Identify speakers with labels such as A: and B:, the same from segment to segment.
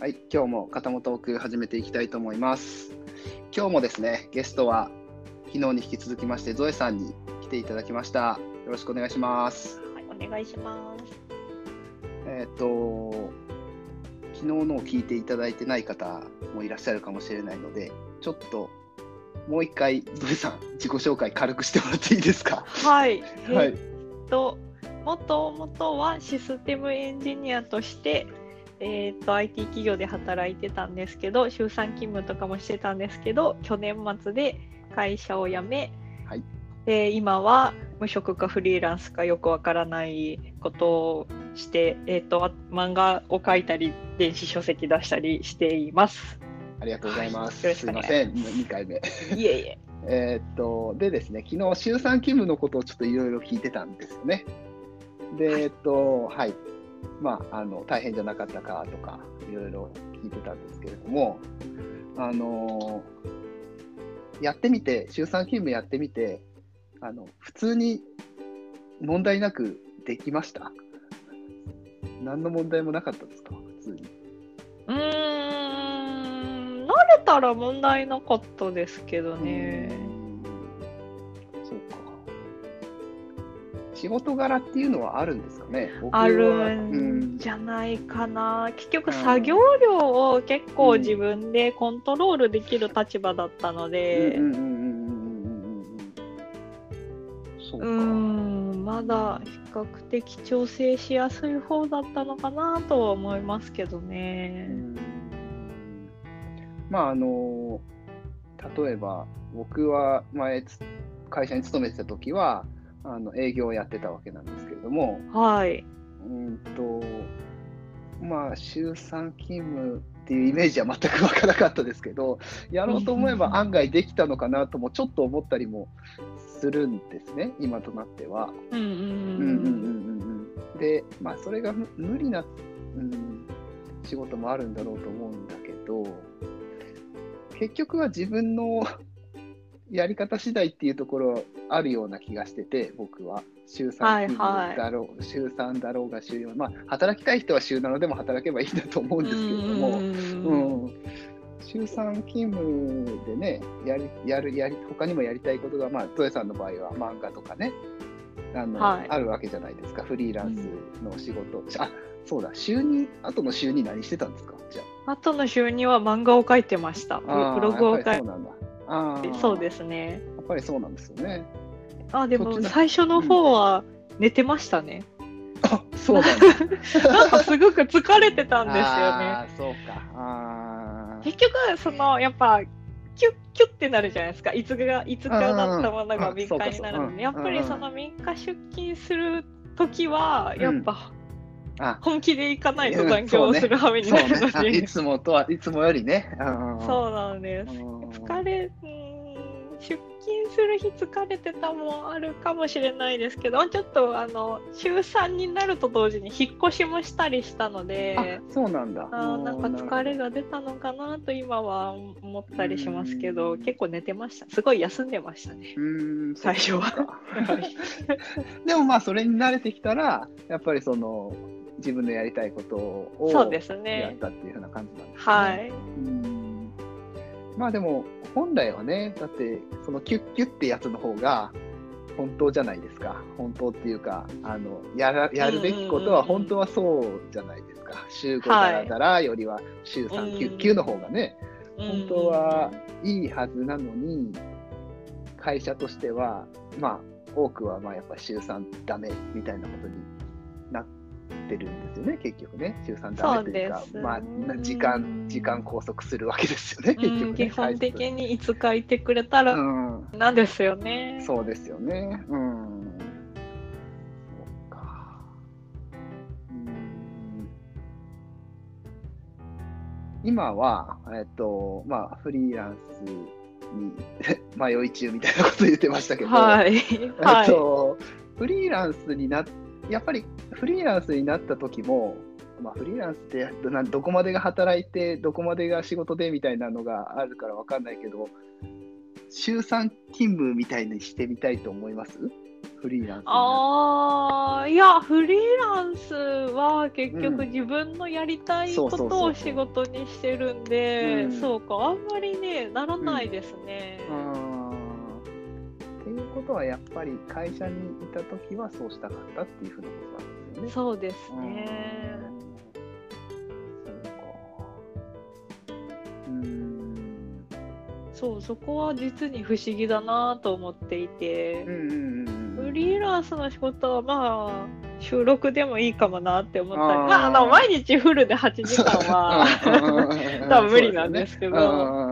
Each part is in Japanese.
A: はい、今日も肩もトーク始めていきたいと思います。今日もですね、ゲストは昨日に引き続きましてゾエさんに来ていただきました。よろしくお願いします。
B: はい、お願いします。
A: えっ、と昨日のを聞いていただいてない方もいらっしゃるかもしれないので、ちょっともう一回ゾエさん自己紹介軽くしてもらっていいですか。
B: はい、
A: は
B: はいい、えっと、もともとはシステムエンジニアとして。えー、と IT 企業で働いてたんですけど週3勤務とかもしてたんですけど去年末で会社を辞め、
A: はい
B: で今は無職かフリーランスかよくわからないことをして、えー、とあ漫画を描いたり電子書籍出したりしています。
A: ありがとうございます。
B: はいよろし
A: す
B: く
A: い
B: お願
A: ま
B: い
A: せん、2回目。
B: いえいえ
A: えーっと、でですね、昨日、週3勤務のことをちょっといろいろ聞いてたんですよね。で、えーっと、はい。まあ、あの、大変じゃなかったかとか、いろいろ聞いてたんですけれども、あのーやってみて、週3勤務やってみて、あの、普通に問題なくできました何の問題もなかったですか普通に。
B: うーん、慣れたら問題なかったですけどね。
A: うんそうか。仕事柄っていうのはあるんですかね。僕は
B: あ
A: う
B: るん
A: ん。
B: じゃないかな。結局、
A: うん
B: 作業量を結
A: う
B: 構
A: ん
B: 自分でコントロールできる立場だったので、
A: う
B: うん
A: うんうんうんうんうんうんうん。そうか。
B: ーん、まだ比較的調整しやすい方だったのかなとは思いますけど
A: う
B: ね。
A: んまああの例えば僕は前つ会社に勤めてた時はあの営業をやってたわけなんですけれども、
B: はい。
A: うーんと、まあ、週3勤務っていうイメージは全く湧かなかったですけど、やろうと思え
B: うん
A: ば案外できたのかなともちょっと思ったりもするんですね、今となっては。
B: うんう
A: うんうんうんう
B: ん
A: んうんで、まあ、それがむ無理な、うん、仕事もあるんだろうと思うんだけど、結局は自分の やり方次第っていうところあるような気がしてて、僕は。週
B: はい
A: 3
B: はい
A: だろう、週3だろうが週4、まあ、働きたい人は週7でも働けばいいんだと思う
B: うんん。
A: ですけれど
B: う
A: も、
B: ん
A: う
B: うんうん
A: ん週3勤務でね、やり、やる、やり、他にもやりたいことが、まあ、トエさんの場合は漫画とかね、あの、
B: はい
A: あるわけじゃないですか、フリーランスの仕事。あ、そうだ、週に、後の週に何してたんですかじゃ
B: 後の週には漫画を描いてました。ブ
A: あ。
B: ブログを
A: あーやっぱり
B: 描
A: そうなんだ。あ。
B: いて、そうですすね。
A: やっぱりそうなんですよ ね。
B: あで
A: そっ
B: も
A: ちだ
B: 最初の方は寝てましたね。
A: あ、そうなんだ。です
B: なんかすごく疲れてたんですよね。
A: あーそうか。あー
B: 結局そのやっぱキュッキュッってなるじゃないですか。いつがいつかだったもの
A: うんうんう
B: が
A: ん
B: 敏感になるの
A: うん
B: で、やっぱりその3日出勤する時は
A: うん
B: やっぱ
A: あ
B: 本気で行かないと
A: うん
B: 残業
A: そう
B: を
A: ね
B: する羽目に
A: そう
B: なる
A: ね
B: の
A: あ。い
B: で、
A: つもとは、いつもよりね。うん
B: そうなんです。
A: うん
B: 疲れうん出勤する日疲れてたもあるかもしれないですけどちょっとあの週3になると同時に引っ越しもしたりしたので
A: あ、そうなんだ。
B: あーなんか疲れ
A: が。
B: が出たのかなと今は思ったりしますけ
A: う
B: ど
A: ん
B: 結構寝てましたすごい休んでましたね
A: うーん、
B: 最初は。は い
A: でもまあそれに慣れてきたらやっぱりその自分のやりたいことを
B: そうです
A: やっ
B: ね
A: たっていうふうな感じなんですね。
B: はい、
A: うんまあでも本来はねだってそのキュッキュッってやつの方が本当じゃないですか本当っていうかあのやらやるべきことは
B: うんうんうん
A: 本当はそうじゃないですか週5
B: は
A: だ
B: い
A: らだらよりは週
B: う
A: 3
B: ん
A: キュッキュの方がね本当は
B: うん
A: いいはずなのに会社としてはまあ多くはまあやっぱ週3ダメみたいなことになってるんですよね結局ね週3ダメというか
B: そうです
A: まあな時
B: う
A: 間
B: ん
A: 時間拘束するわけですよね結
B: う
A: 局
B: ん
A: ね
B: 基本的
A: 会
B: にいつ書いてくれた
A: 社として
B: らなんですよね。
A: うんそうですよねうんそうかうん今は、えっと、まあ、フリーランスに 迷い中みたいなこと言ってましたけど、
B: はい、
A: えっ
B: はい、
A: と、フリーランスになっ、やっぱりフリーランスになった時も、まあ、フリーランスってなどこまでが働いて、どこまでが仕事でみたいなのがあるからわかんないけど、週3勤務みたいにしてみたいと思いますフリーランスにな
B: ああいやフリーランスは結
A: う
B: 局
A: ん
B: 自分のやりたい
A: そ
B: こ
A: うそうそう
B: とを仕事にしてるんで
A: うん
B: そうかあんまりねならないですね。
A: るうんっていうことはやっぱり会社にいた時はそうしたかったっていうふうなことなんですよね。
B: そうですね。
A: うんそうか。うん。
B: そうそこは実に不思議だなと思っていて
A: う、んうんうんうん。
B: フリーランスの仕事はまあ収録でもいいかもなって思ったり
A: あー
B: まああの毎日フルで8時間は多分無理なんですけど
A: ど。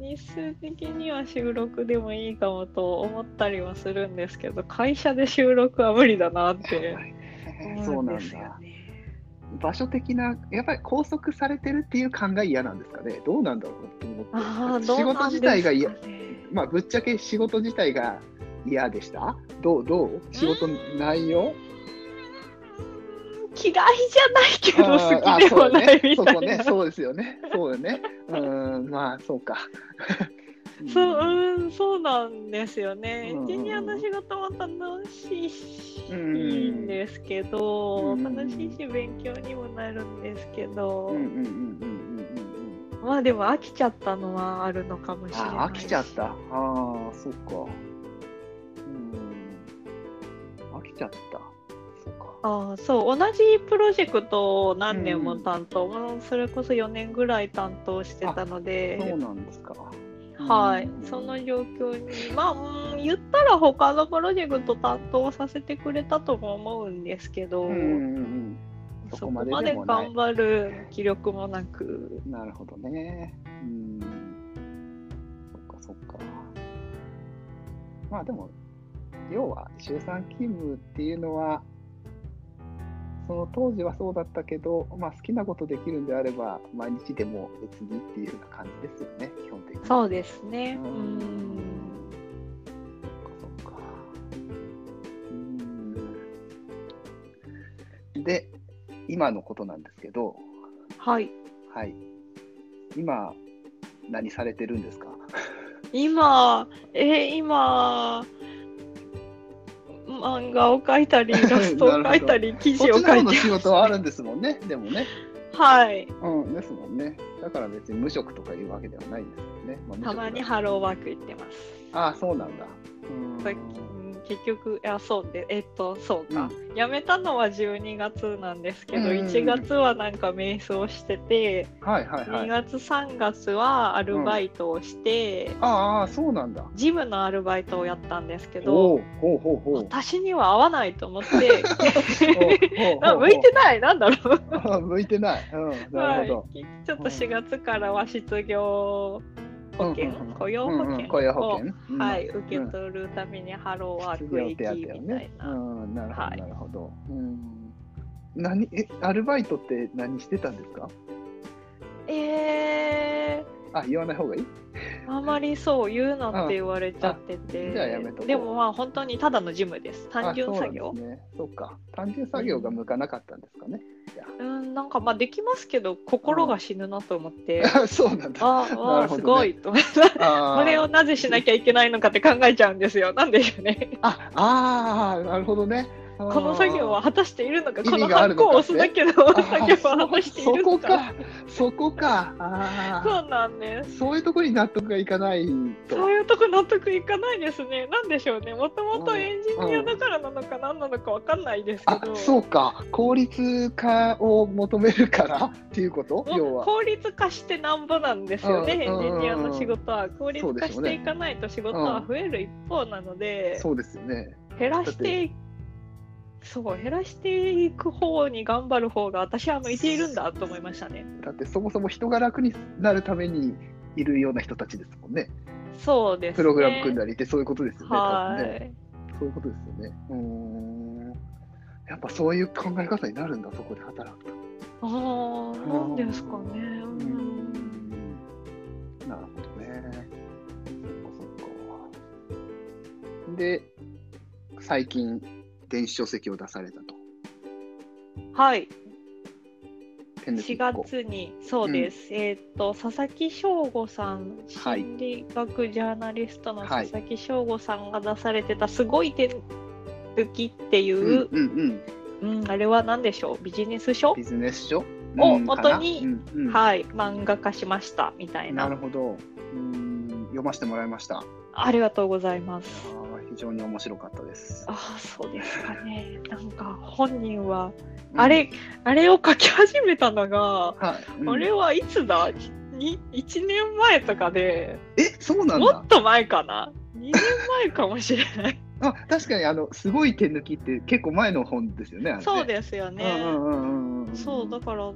B: 日数的には収録でもいいかもと思ったりはするんですけど会社で収録は無理だなって
A: そ
B: 思
A: う
B: う
A: なんん
B: ですよ
A: だ。
B: ね。
A: 場所的な、やっぱり拘束されてるっていう感が嫌なんですかね。どうなんだろうって思
B: あ
A: っ
B: ー
A: て。
B: ど
A: 仕
B: う
A: 事
B: なん
A: 自
B: で
A: 体
B: すか
A: が
B: ね
A: 嫌。まあ、ぶっちゃけ仕事自体が嫌でしたどうどう仕事内容
B: 嫌いじゃないけど
A: あー
B: 好きではな
A: あ
B: いみた
A: そう
B: い
A: ね
B: な。
A: そうですよねそうよねうんまあそうか
B: そう、うん、そうなんですよね。エ
A: うんうんうん
B: ンジニアの仕事も楽しいし、
A: うん
B: いいんですけど、
A: うん
B: 楽しいし勉強にもなるんですけど、
A: うんうんうんうんうんうんうん
B: まあでも飽きちゃったのはあるのかもしれないし。
A: あ飽きちゃったああそうかうん飽きちゃったそうか
B: あーそう同じプロジェクトを何年も担当、うんそれこそ4年ぐらい担当してた
A: そ
B: の
A: う
B: で、
A: なんですか
B: はい
A: うん、
B: その状況にまあ、うん、言ったら他のプロジェクト担当させてくれたとも思うんですけど、
A: うんうんうんそ
B: そ
A: こま
B: こま
A: で
B: で
A: でもない
B: 頑張る気力もなく、
A: なるほどね。うん。そっかそっか。まあでも、要は、週3勤務っていうのは、その当時はそうだったけど、まあ、好きなことできるんであれば、毎日でも別にっていうような感じですよね、基本的に。
B: そうですね。う
A: うん
B: ん。
A: そっかそっか。うん。で、今のことなんですけど、
B: はい。
A: はい。今、何されてるんですか
B: 今、えー今、漫画を描い たり、イラストを描いたり、記
A: そっ
B: 事を
A: ちの
B: 書
A: 方
B: い
A: の
B: て、
A: 仕事はあるんですもんね、でもね。
B: はい。
A: うん、ですもんね。だから別に無職とかいうわけではないんですよね。まあ無職
B: た
A: だ
B: まにハローワーク行ってます。
A: ああ、そうなんだ。うん
B: さっきうん結局、あ、そうで、えっと、そう
A: う
B: か。辞めたのは12月なんですけど、
A: うんうんうん
B: 1月はなんか瞑想してて、
A: はいはいは
B: 2
A: い。あ
B: 月、3月はアルバイトをして、
A: あああ、そうなんだ。
B: ジムのアルバイトをやったんですけ
A: お
B: ど
A: う、ほうほうほう。おう
B: 私には合わないと思 って、
A: ほうほ
B: あ
A: う
B: 向いてない、なんだろう。
A: あ 向いてない。うん、なるほど。
B: はい、ちょっと4月からは失業保険、
A: うんうんうん
B: 雇用保
A: うんう
B: 険
A: ん
B: を、
A: 雇用保険。うん
B: はい、受け取るためにハローワーク行きみたいな。
A: うん、なるほど、
B: はい
A: なるほど。うん。何、え、アルバイトって何してたんですか
B: え
A: あ、言わない方がいい
B: ー、あまりそう言うなって言われちゃってて、
A: あじゃあやめとこう
B: でもまあ本当にただのジムです単純作
A: あそ
B: 業
A: うなんですね。そうか。単純作業が向かなかったんですかね。
B: うんなんかまあできますけど心が死ぬなと思って、
A: そうなんだ。
B: ああ、わ
A: なる
B: あ
A: ほどね
B: すごいと思って、
A: あ
B: これを
A: あ
B: なぜしなきゃいけないのかって考えちゃうんですよ。なんでしょうね。
A: ああー、なるほどね。こ
B: この作業は果たしているのか、
A: 意
B: こ
A: 味
B: の
A: がある
B: 発
A: の
B: 行
A: か
B: を
A: って
B: 押すだけの作業は果たしてい
A: そ
B: るの
A: こ
B: か。
A: か。そこか。あ
B: そうなんです。
A: あ。そういうところに納得がいかないと。
B: そういうとこ納得いかないですね。なんでしょうね。もともとエンジニアだからなのか何なのかわかんないですけ
A: あ
B: ど。
A: そうか効率化を求めるからっていうこと
B: もう
A: 要は
B: 効率化してなんぼなんですよね、エ
A: うん
B: ンジニアの仕事は。効率化
A: そ
B: し
A: うです
B: て
A: よ
B: いかないと仕事は増える一方なので、
A: そうですよね
B: 減らしてそう減らしていく方に頑張る方が私は向いているんだと思いましたね
A: だってそもそも人が楽になるためにいるような人たちですもんね
B: そうですね
A: プログラム組んだりってそういうことですよね
B: は
A: 多分ね
B: い
A: そういうことですよね。うーん。やっぱそういう考え方になるんだ、そこで働くと。
B: あーなんですかねうん
A: なるほどね。そっかそっか。で、最近、電子書籍を出されたと。
B: はい
A: 戦列
B: 4
A: 1個
B: 月にそうです、えーっと佐々木翔吾さん
A: はい
B: 心理学ジャーナリストの
A: はい、
B: 佐々木翔吾さんが出されてた「すごい手抜き」っていううん
A: うんうん、
B: うんあれは何でしょうビジネス書、
A: ビジネス書
B: を
A: うんかな
B: 元に
A: うんうん
B: はい漫画化しましたみたいな
A: なるほどうん読ませてもらいましたあ
B: ありがとうございます。
A: ー非常に面白かったです
B: ああそうですかねなんか本人は
A: うん
B: あれ、あれを書き始めたのが、
A: はい、うん
B: あれはいつだに ?1 年前とかで、
A: えそうなん
B: も
A: だ
B: っと前かな ?2 年前かもしれない。
A: あ確かにあのすごい手抜きって結構前の本ですよねあれね
B: そうですよね。
A: うんうんうんうんうん
B: そう、だから、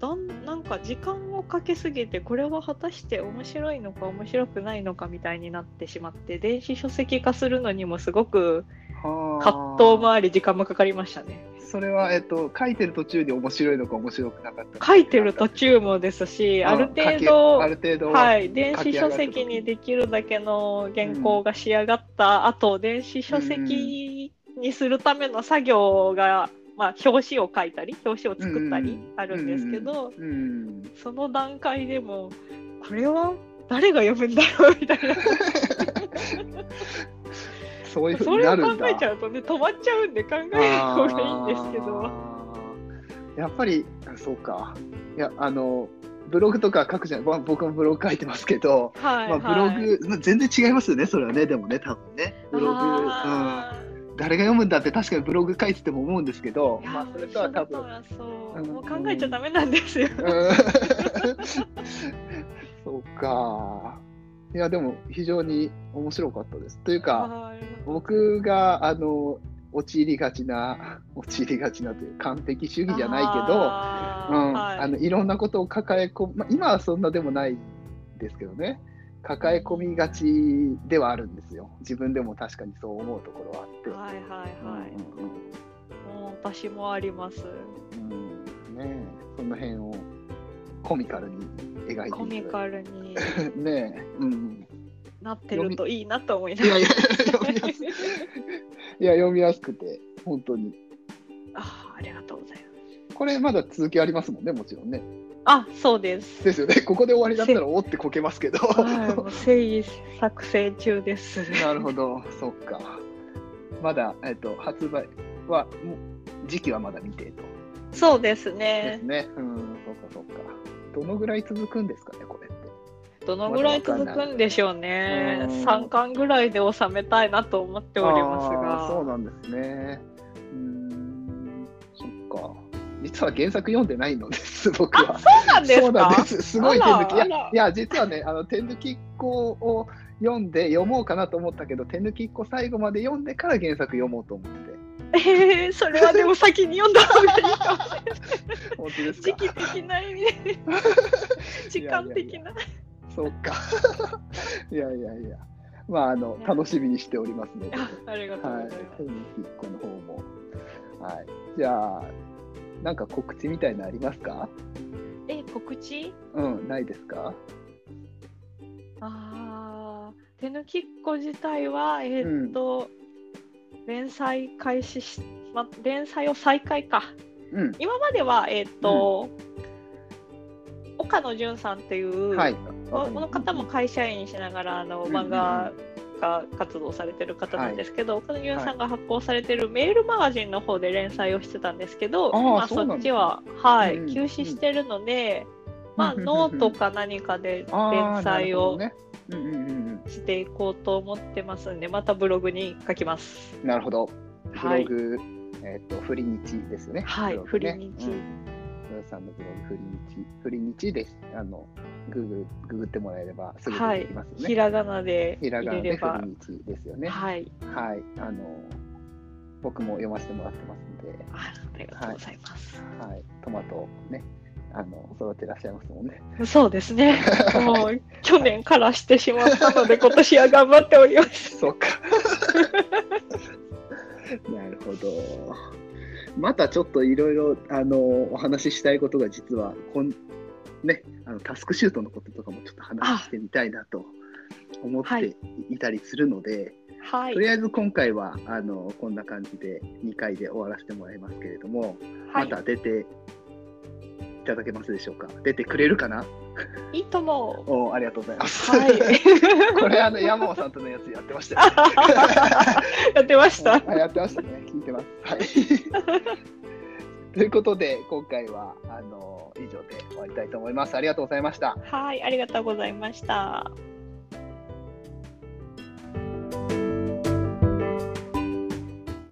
B: だんなんか時間をかけすぎて、これは果たして面白いのか面白くないのかみたいになってしまって、電子書籍化するのにもすごく
A: はあ
B: 葛藤もあり、時間もかかりましたね。
A: それは、えっと、書いてる途中で面白いのか面白くなかったのか
B: 書いてる途中もですし、ある
A: うん
B: 程
A: 書け
B: 度、
A: ある程度
B: はい、電子書籍にできるだけの原稿が仕上がった後、電子書籍にするための作業が、まあ、表紙を書いたり表紙を作ったりあるんですけど、
A: うん
B: その段階でもこれは誰が読むんだろうみたい な
A: そういうふ
B: そう
A: に
B: れ
A: な
B: を
A: る
B: 考
A: んだ
B: えちゃうとね止まっちゃうんで 考えない方がいいんですけど
A: あーやっぱりあそうかいやあのブログとか書くじゃんまあ僕もブログ書いてますけど、
B: はい、
A: まあ、ブログ、まあ、全然違いますよねそれはねでもね多分ねブログ、うん、
B: あー
A: 誰が読むんだって確かにブログ書いてても思うんですけど
B: いや
A: まあそれとは多分
B: そうだからそう、
A: うん
B: もう考えちゃダメなんですよ、
A: うん そうか。いや、でも非常に面白かったです。というか、
B: はい
A: 僕が、あの、陥りがちな、陥りがちなという完璧主義じゃないけど、
B: あ
A: う
B: ー
A: ん、
B: はい
A: あのいろんなことを抱え込む、まあ、今はそんなでもないですけどね、抱え込みがちではあるんですよ。自分でも確かにそう思うところはあって。
B: はいはいはい、
A: うんうんうん
B: もう私もあります
A: うんねえその辺をコミカルに描いてい
B: コミ
A: ル
B: カルに
A: ねえ、うん、
B: なってるといいなと思いない
A: や
B: が
A: いや
B: ら
A: 読み やすいいや読みやすくて本当に
B: あーありがとうございます
A: これまだ続きありますもんねもちろんね
B: あそうです
A: ですよね ここで終わりだ ったらおってこけますけど
B: はい、もう誠意作成中です。
A: なるほどそっかまだ、えっと、発売はもう時期はまだ未定と
B: そうです
A: で
B: ね
A: す。ねうんそうかそうかどのぐらい続くんですかねこれって
B: どのぐらい続くんでしょうね
A: まだわかんないうん。
B: 三巻ぐらいで収めたいなと思っております
A: あー
B: が。
A: そうなんですね。うーん、そっか。実は原作読んでないのです、僕は。
B: そうなんです
A: そうなんで。
B: か
A: す。すごい手抜き。いや、
B: あらあ
A: い
B: ら
A: や実はね、あの手抜きっ子を読んで読もうかなと思ったけど、手抜きっ子最後まで読んでから原作読もうと思ってて。
B: えー、それはでも先に読んだ 方がいいかもしれ
A: 本当で
B: ない。
A: すか
B: 時。期的な意味で 時間的な
A: そうか。 いやいやいや。まあ、あの
B: い、や
A: 楽しみにしておりますので。
B: あありがとうござ
A: はいい
B: ます、、
A: 手抜きっ子の方も。はい。じゃあ、なんか告知みたいなのありますか
B: え告知
A: うん、ないですか
B: あー手抜きっこ自体はえーっと、連載開始し、ま、連載を再開か
A: うん。
B: 今まではえーっと、岡野純さんという、
A: はい。
B: ここの方も会社員しながらあの
A: うんうんうん
B: 漫画が活動されてる方なんですけど、岡野優さんが発行されてるメールマガジンの方で連載をしてたんですけど、
A: あー
B: まあ、
A: そう
B: そ
A: なん
B: っ
A: ですね
B: ちは、はい
A: うんうん
B: 休止してるので、まあ、
A: うんうんうん
B: ノートか何かで連載を
A: あーなるほどねうんうんうん
B: していこうと思ってますんでまたブログに書きます。
A: うん。なるほど。ブ
B: は
A: ロ
B: い
A: グ、えっ、と、振り日ですね。
B: はい、
A: ブロ
B: 振り
A: グね
B: 日、
A: うんヨウさんのブログ、振り日。振り日です。あの、グーグル、ググってもらえればすぐ出てきますよ
B: ひ
A: ね。
B: らがなで
A: ひ
B: 入
A: らがな
B: れ
A: で
B: れ
A: 振
B: ば、
A: り日ですよね。は
B: はい、
A: い。あの、僕も読ませてもらってますんで、
B: あありがとうございます。
A: はい。トマトをね、あの、育てらっしゃいますも んね。
B: そうですね。 もう去年からしてしまったので、今年は頑張っております。
A: そう か。なるほど。またちょっといろいろあのお話ししたいことが実はこんねあのタスクシュートのこととかもちょっと話してみたいなと思っ
B: は
A: て
B: い
A: いたりするので、
B: はい
A: と。りあえず今回はあのこんな感じで2回で終わらせてもらいますけれども、
B: はい
A: また出てただけますでしょうか出てくれるかない
B: いとも。
A: おーありがとうございます。
B: はい。
A: これあの山尾さんとのやつやってましたよね。
B: やってました。
A: はいやってましたね。聞いてます。はい。 ということで、今回は、あの、以上で終わりたいと思います。ありがとうございました。
B: はい、ありがとうございました。